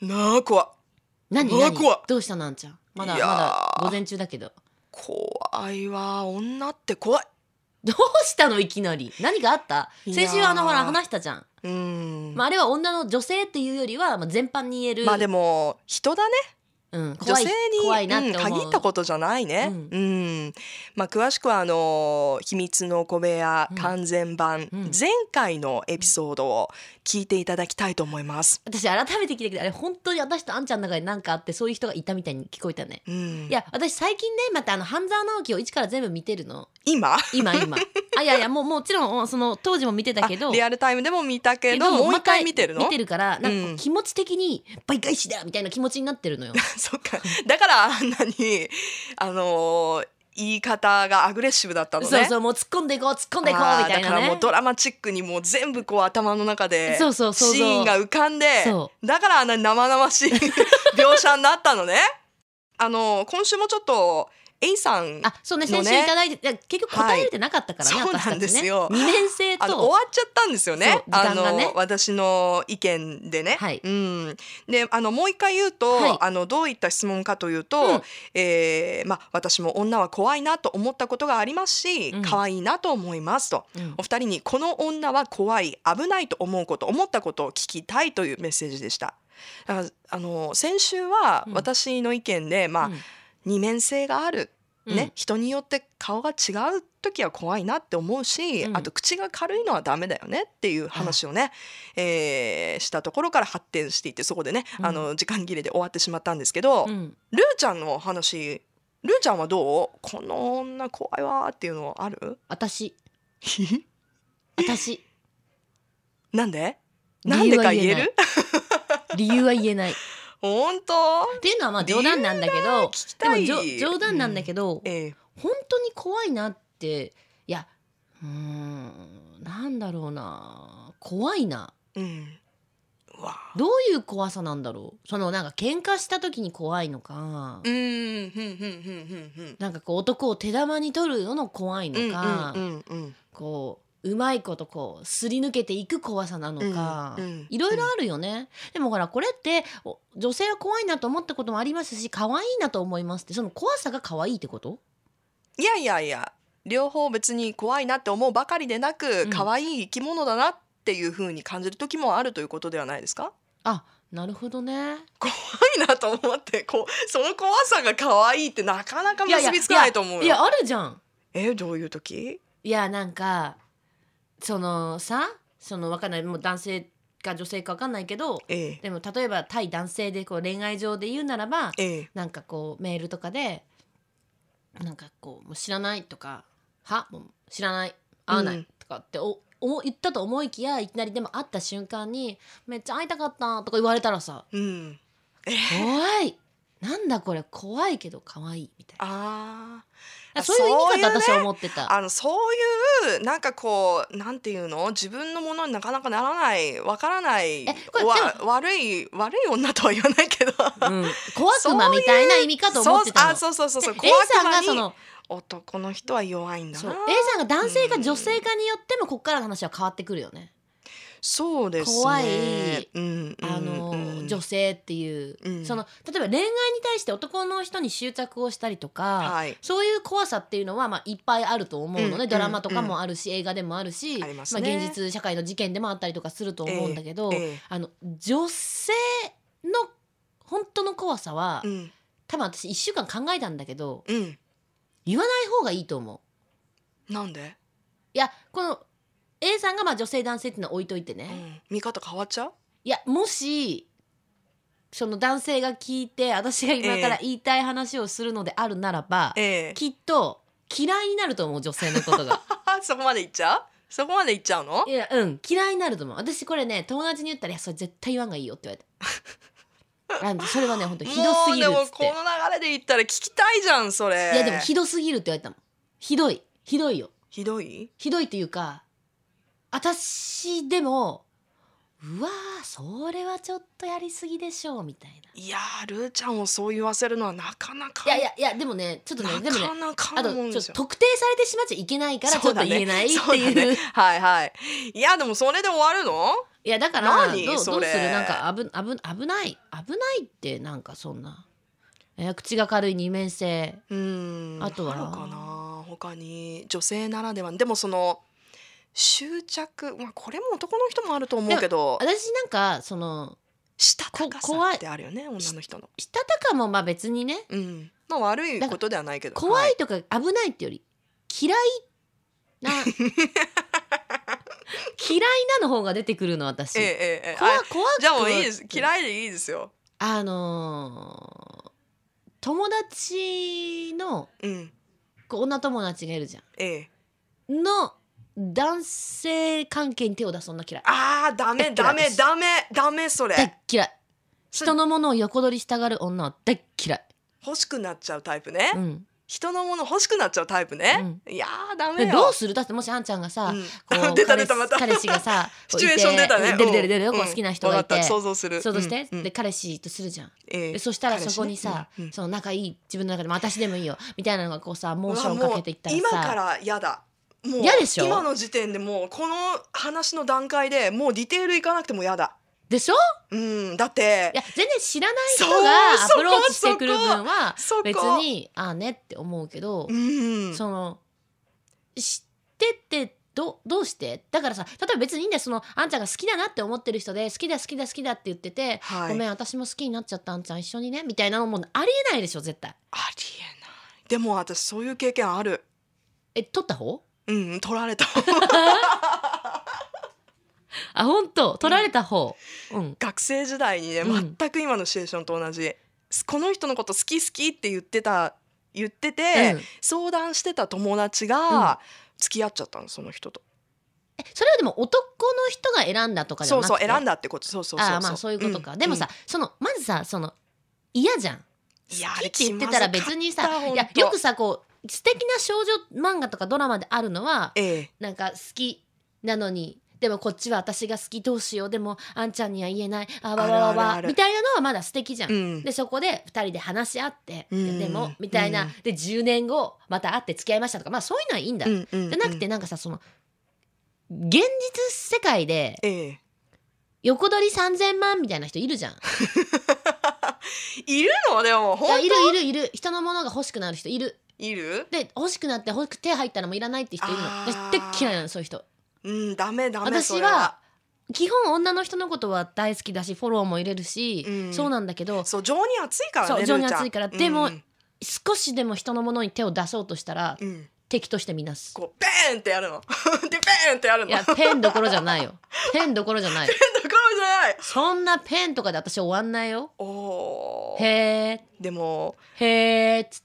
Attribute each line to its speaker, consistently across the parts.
Speaker 1: なあ怖っ
Speaker 2: 何
Speaker 1: うわ
Speaker 2: 何
Speaker 1: 怖っ
Speaker 2: どうしたなんちゃんまだま
Speaker 1: いやー
Speaker 2: だ午前中だけど
Speaker 1: 怖いわ女って怖い
Speaker 2: どうしたのいきなり何があった
Speaker 1: いやー
Speaker 2: 先週あのほら話したじゃん、
Speaker 1: うーん
Speaker 2: ま
Speaker 1: ま
Speaker 2: あ、あれは女の女性っていうよりは、まあ、全般に言える、
Speaker 1: あでも人だね
Speaker 2: うん、
Speaker 1: 女
Speaker 2: 怖い
Speaker 1: 性に
Speaker 2: 怖いなっ
Speaker 1: うん
Speaker 2: て思う、
Speaker 1: 限ったことじゃないね
Speaker 2: うん
Speaker 1: うん、まあ詳しくはあのー秘密の小部屋
Speaker 2: うん
Speaker 1: 完全版、
Speaker 2: うん
Speaker 1: 前回のエピソードを聞いていただきたいと思います
Speaker 2: 私改めて聞いたけどあれ本当に私とあんちゃんの中で何かあってそういう人がいたみたいに聞こえたね
Speaker 1: うん
Speaker 2: いや私最近ねまたあの半沢直樹を一から全部見てるの
Speaker 1: 今
Speaker 2: 今 今あいやいやもうもちろんその当時も見てたけ
Speaker 1: あ
Speaker 2: ど
Speaker 1: リアルタイムでも見たけど
Speaker 2: けど
Speaker 1: もう一回見てるの
Speaker 2: 見てるからなん
Speaker 1: うん
Speaker 2: か気持ち的に倍返しだみたいな気持ちになってるのよ
Speaker 1: そっかだからあんなにあのー言い方がアグレッシブだったのね
Speaker 2: そうそうもう突っ込んでいこう突っ込んでいこう
Speaker 1: あー
Speaker 2: みたい
Speaker 1: だ
Speaker 2: な
Speaker 1: からも
Speaker 2: ね
Speaker 1: うドラマチックにもう全部こう頭の中で
Speaker 2: そうそうそうそう
Speaker 1: シーンが浮かんで
Speaker 2: そ
Speaker 1: だからあんなに生々しい 描写になったのねあの今週もちょっと A さん
Speaker 2: あそうね
Speaker 1: のね
Speaker 2: 先週いただいていや結局答えれてなかったからね、
Speaker 1: はいそ
Speaker 2: 私
Speaker 1: うなん
Speaker 2: た
Speaker 1: で
Speaker 2: ち
Speaker 1: す
Speaker 2: ね
Speaker 1: よ
Speaker 2: 二年生
Speaker 1: あの
Speaker 2: と
Speaker 1: 終わっちゃったんですよね
Speaker 2: そう時間がね
Speaker 1: あの私の意見でね、
Speaker 2: はい
Speaker 1: うん、であのもう一回言うと、
Speaker 2: はい
Speaker 1: あのどういった質問かというと、
Speaker 2: うん
Speaker 1: えーまあ、私も女は怖いなと思ったことがありますし、
Speaker 2: うん
Speaker 1: 可愛いなと思いますと
Speaker 2: うん
Speaker 1: お二人にこの女は怖い危ないと思うこと思ったことを聞きたいというメッセージでした。だからあの先週は
Speaker 2: うん
Speaker 1: 私の意見で、まあ、
Speaker 2: うん
Speaker 1: 二面性がある、ね
Speaker 2: うん
Speaker 1: 人によって顔が違う時は怖いなって思うし、
Speaker 2: うん
Speaker 1: あと口が軽いのはダメだよねっていう話をね、えーしたところから発展していてそこでね、
Speaker 2: うん
Speaker 1: あの時間切れで終わってしまったんですけど、
Speaker 2: うん
Speaker 1: ルーちゃんの話ルーちゃんはどうこの女怖いわーっていうのある
Speaker 2: 私私
Speaker 1: なんで
Speaker 2: 理
Speaker 1: なんで
Speaker 2: 由は
Speaker 1: か
Speaker 2: 言
Speaker 1: 言
Speaker 2: え
Speaker 1: え
Speaker 2: ない
Speaker 1: る
Speaker 2: 理由は言えないっ
Speaker 1: 本当
Speaker 2: ていうのはまあ冗談なんだけど
Speaker 1: 聞き
Speaker 2: でも
Speaker 1: たい
Speaker 2: じょ冗談なんだけ
Speaker 1: ど、
Speaker 2: ど、
Speaker 1: ええ
Speaker 2: 本当に怖いなっていやうーんなんだろうな怖いな
Speaker 1: うんうわ
Speaker 2: どういう怖さなんだろうそのなんか喧嘩した時に怖いのか、
Speaker 1: うんうんうんうんうんうん
Speaker 2: なんかこう男を手玉に取るのの怖いのか、
Speaker 1: うんうんうん
Speaker 2: こううまいことこうすり抜けていく怖さなのか、
Speaker 1: うんうん
Speaker 2: いろいろあるよね、でもほらこれってお女性は怖いなと思ったこともありますし可愛いなと思いますってその怖さが可愛いってこと
Speaker 1: いやいやいや両方別に怖いなって思うばかりでなく、
Speaker 2: うん
Speaker 1: 可愛い生き物だなっていう風に感じる時もあるということではないですか
Speaker 2: あなるほどね
Speaker 1: 怖いなと思ってこうその怖さが可愛いってなかなか結びつかないと思うよ
Speaker 2: いやあるじゃん
Speaker 1: えどういう時
Speaker 2: いやなんかそのさそのわかんないもう男性か女性かわかんないけど
Speaker 1: ええ
Speaker 2: でも例えば対男性でこう恋愛上で言うならば
Speaker 1: ええ
Speaker 2: なんかこうメールとかでなんかこうもう知らないとかはもう知らない会わな
Speaker 1: うん
Speaker 2: いとかってお、お言ったと思いきやいきなりでも会った瞬間にめっちゃ会いたかったとか言われた らさ
Speaker 1: うん
Speaker 2: 怖いなんだこれ怖いけど可愛いみたい
Speaker 1: あ
Speaker 2: な
Speaker 1: あ
Speaker 2: そういう
Speaker 1: そう
Speaker 2: 言
Speaker 1: い
Speaker 2: いう
Speaker 1: ね
Speaker 2: 方私は思ってた
Speaker 1: ーあのそういうなんかこうなんていうの自分のものになかなかならないわからない
Speaker 2: えこれ
Speaker 1: わ
Speaker 2: で
Speaker 1: 悪い悪い女とは言わないけど、
Speaker 2: うん、怖くまみたいな意味かと思ってたの。
Speaker 1: そうあそうそうそうそう
Speaker 2: で A
Speaker 1: 怖く
Speaker 2: さん
Speaker 1: ま
Speaker 2: が
Speaker 1: に
Speaker 2: その
Speaker 1: 男の人は弱いんだ
Speaker 2: そう
Speaker 1: な
Speaker 2: A さんが男性か
Speaker 1: うん
Speaker 2: 女性かによってもこっからの話は変わってくるよね。
Speaker 1: そうですね
Speaker 2: 怖い
Speaker 1: うんうん
Speaker 2: あの
Speaker 1: うん
Speaker 2: 女性っていう、
Speaker 1: うん
Speaker 2: その例えば恋愛に対して男の人に執着をしたりとか、
Speaker 1: はい
Speaker 2: そういう怖さっていうのはまあいっぱいあると思うの
Speaker 1: うんう
Speaker 2: ね
Speaker 1: ん
Speaker 2: ドラマとかもあるし、映画でもあるし
Speaker 1: ありますね
Speaker 2: あ、現実社会の事件でもあったりとかすると思うんだけど、
Speaker 1: ええ
Speaker 2: あの女性の本当の怖さは、
Speaker 1: うん
Speaker 2: 多分私1週間考えたんだけど
Speaker 1: うん
Speaker 2: 言わない方がいいと思う。
Speaker 1: なんで、
Speaker 2: いやこの A さんがまあ女性男性っていうのは置いといてね、
Speaker 1: うん、見方変わっちゃう
Speaker 2: いやもしその男性が聞いて私が今から言いたい話をするのであるならば、
Speaker 1: ええ
Speaker 2: きっと嫌いになると思う女性のことが
Speaker 1: そこまでいっちゃうそこまでいっちゃうの
Speaker 2: いやうん嫌いになると思う私これね友達に言ったら「いやそれ絶対言わんがいいよ」って言われたあのそれはね本当にひどすぎるっ
Speaker 1: もうで
Speaker 2: つ
Speaker 1: もこ
Speaker 2: って
Speaker 1: の流れで言ったら聞きたいじゃんそれ
Speaker 2: いやでもひどすぎるって言われたもんひどいひどいよ
Speaker 1: ひどい
Speaker 2: ひどいというか私でもうわーそれはちょっとやりすぎでしょうみたいない
Speaker 1: やールーちゃんをそう言わせるのはなかなか
Speaker 2: いやいやいやでもねちょっとねで
Speaker 1: な
Speaker 2: もね
Speaker 1: かなか
Speaker 2: あと
Speaker 1: の
Speaker 2: ち
Speaker 1: も
Speaker 2: ょ
Speaker 1: ん
Speaker 2: っ
Speaker 1: で
Speaker 2: と
Speaker 1: すよ
Speaker 2: 特定されてしまっちゃいけないからちょ
Speaker 1: そ
Speaker 2: っ
Speaker 1: う
Speaker 2: と
Speaker 1: だね
Speaker 2: 言えないって
Speaker 1: そう
Speaker 2: い
Speaker 1: だ
Speaker 2: う
Speaker 1: ねはいはいいやでもそれで終わるの
Speaker 2: いやだからどう
Speaker 1: 何
Speaker 2: どうす
Speaker 1: そ
Speaker 2: る
Speaker 1: れ
Speaker 2: なんか危危危ない危ないってなんかそんな、えー口が軽い二面性
Speaker 1: うん
Speaker 2: あとは
Speaker 1: あるかな他に女性ならではでもその執着、まあ、これも男の人もあると思うけど
Speaker 2: 私なんかその
Speaker 1: したたか
Speaker 2: こ怖
Speaker 1: さ
Speaker 2: い
Speaker 1: ってあるよね女の人の。
Speaker 2: したたかもまあ別にね
Speaker 1: うん、まあ悪いことではないけど
Speaker 2: 怖
Speaker 1: はい
Speaker 2: とか危ないってより嫌い な嫌いなの方が出てくるの私、
Speaker 1: ええええええ
Speaker 2: 怖
Speaker 1: あ
Speaker 2: 怖く
Speaker 1: じゃあもういいです
Speaker 2: い
Speaker 1: 嫌いでいいですよ。
Speaker 2: あのー友達の
Speaker 1: うん、
Speaker 2: こう女友達がいるじゃ
Speaker 1: ええ、
Speaker 2: んの男性関係に手を出す女嫌い
Speaker 1: あーダメダメダメダメそ
Speaker 2: 大
Speaker 1: れ
Speaker 2: っ嫌い
Speaker 1: それ
Speaker 2: 人のものを横取りしたがる女は大っ嫌い、
Speaker 1: 欲しくなっちゃうタイプね、
Speaker 2: うん、
Speaker 1: 人のもの欲しくなっちゃうタイプね、いやーダメ
Speaker 2: で
Speaker 1: よ
Speaker 2: どうするだってもしあんちゃんがさ、
Speaker 1: うん
Speaker 2: こう
Speaker 1: 出た
Speaker 2: 彼
Speaker 1: 出たまた
Speaker 2: 彼氏がさ
Speaker 1: シチュエーション出たね
Speaker 2: 出る出る出る
Speaker 1: うん
Speaker 2: こう好きな人がいて
Speaker 1: わかった想像する
Speaker 2: そうとして、
Speaker 1: うんうん
Speaker 2: で彼氏とするじゃん
Speaker 1: ええ
Speaker 2: でそしたら
Speaker 1: 彼氏ね
Speaker 2: そこにさ、
Speaker 1: うんうん
Speaker 2: その仲いい自分の中でも私でもいいよみたいなのがこうさモーション
Speaker 1: うわ
Speaker 2: かけていったら
Speaker 1: もう今か
Speaker 2: さ
Speaker 1: ら嫌だもう
Speaker 2: 嫌でしょ
Speaker 1: 今の時点でもうこの話の段階でもうディテールいかなくても嫌だ
Speaker 2: でしょ
Speaker 1: うんだって
Speaker 2: いや全然知らない人
Speaker 1: そう
Speaker 2: がア
Speaker 1: そこ
Speaker 2: プローチしてくる分は
Speaker 1: そこ
Speaker 2: 別にああねって思うけど、
Speaker 1: うん
Speaker 2: その知ってってどどうしてだからさ例えば別にいいんだよそのあんちゃんが好きだなって思ってる人で好きだ好きだ好きだって言ってて、
Speaker 1: はい
Speaker 2: ごめん私も好きになっちゃったあんちゃん一緒にねみたいなのもありえないでしょ絶対
Speaker 1: ありえないでも私そういう経験ある
Speaker 2: え取った方
Speaker 1: うん取られた
Speaker 2: あ本当取られた方うん
Speaker 1: 学生時代にね
Speaker 2: うん
Speaker 1: 全く今のシチュエーションと同じ、この人のこと好き好きって言ってた言ってて、
Speaker 2: うん
Speaker 1: 相談してた友達
Speaker 2: うん
Speaker 1: が付き合っちゃったのその人と
Speaker 2: えそれはでも男の人が選んだとかじゃ
Speaker 1: そ
Speaker 2: な
Speaker 1: う
Speaker 2: くて
Speaker 1: そう選んだ
Speaker 2: だ
Speaker 1: ってことそうそうそう
Speaker 2: ああまあそういうことか、
Speaker 1: ん
Speaker 2: でもさ、そのまずさその嫌じゃん
Speaker 1: うんいや
Speaker 2: 好きって言ってたら別にさ
Speaker 1: あれ気まずかった
Speaker 2: いや
Speaker 1: ほんと
Speaker 2: よくさこう素敵な少女漫画とかドラマであるのは
Speaker 1: ええ
Speaker 2: なんか好きなのにでもこっちは私が好きどうしようでもあんちゃんには言えないあわ
Speaker 1: あ
Speaker 2: わわ
Speaker 1: るある
Speaker 2: わ
Speaker 1: ある
Speaker 2: みたいなのはまだ素敵じゃん。
Speaker 1: うん
Speaker 2: でそこで2人で話し合って、
Speaker 1: うん
Speaker 2: ででもみたいな、
Speaker 1: うん
Speaker 2: で10年後また会って付き合いましたとかまあそういうのはいいんだ、
Speaker 1: うんうんうん
Speaker 2: じゃなくてなんかさその現実世界で
Speaker 1: ええ
Speaker 2: 横取り3,000万みたいな人いるじゃん。
Speaker 1: いるのでも
Speaker 2: いや
Speaker 1: 本
Speaker 2: いるいるいる人のものが欲しくなる人いる。
Speaker 1: 当いる
Speaker 2: で欲しくなって欲しく手入ったらもういらないって人いるの。
Speaker 1: あ
Speaker 2: 私
Speaker 1: ー
Speaker 2: って嫌いなのそういう人。
Speaker 1: うんダメダメそ
Speaker 2: 私
Speaker 1: れ
Speaker 2: は基本女の人のことは大好きだしフォローも入れるし、
Speaker 1: うん
Speaker 2: そうなんだけど
Speaker 1: そう情に熱いからね
Speaker 2: そう
Speaker 1: ルーちゃん
Speaker 2: 情に熱いからでも
Speaker 1: うん
Speaker 2: 少しでも人のものに手を出そうとしたら、
Speaker 1: うん
Speaker 2: 敵としてみなす。
Speaker 1: こうペーンってやるの でペーンってやるの
Speaker 2: いやペンどころじ ゃないよ。ペンどころじゃない。
Speaker 1: だからじゃない
Speaker 2: そんなペンとかで私終わんないよ。
Speaker 1: おー
Speaker 2: へー
Speaker 1: でも
Speaker 2: へーっつっ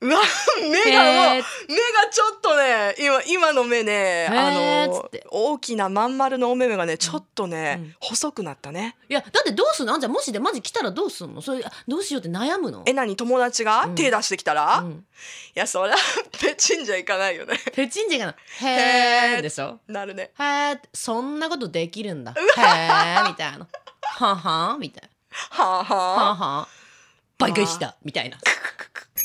Speaker 1: うわ
Speaker 2: て。
Speaker 1: 目がも
Speaker 2: へ
Speaker 1: う
Speaker 2: ーっつって
Speaker 1: 目がちょっとね今今の目ねあ
Speaker 2: へーっつ
Speaker 1: の
Speaker 2: って
Speaker 1: 大きなまん丸のお目目がねちょっとね、
Speaker 2: うん
Speaker 1: 細くなったね
Speaker 2: いやだってどうすんのあんじゃんもしでマジ来たらどうすんのそれあどうしようって悩むの
Speaker 1: え何友達が
Speaker 2: うん
Speaker 1: 手出してきたら、
Speaker 2: う
Speaker 1: い
Speaker 2: ん、
Speaker 1: やそりゃ ペチンじゃいかないよね
Speaker 2: ペチンジェが「
Speaker 1: へ
Speaker 2: へ
Speaker 1: ー
Speaker 2: ー」でしょ
Speaker 1: なるね
Speaker 2: 「へー」ってそんなことできるんだ「へー」みたいな「はんはん」みたいな
Speaker 1: はあ
Speaker 2: 「
Speaker 1: はあ
Speaker 2: はんはん」「倍返しだ」みたいな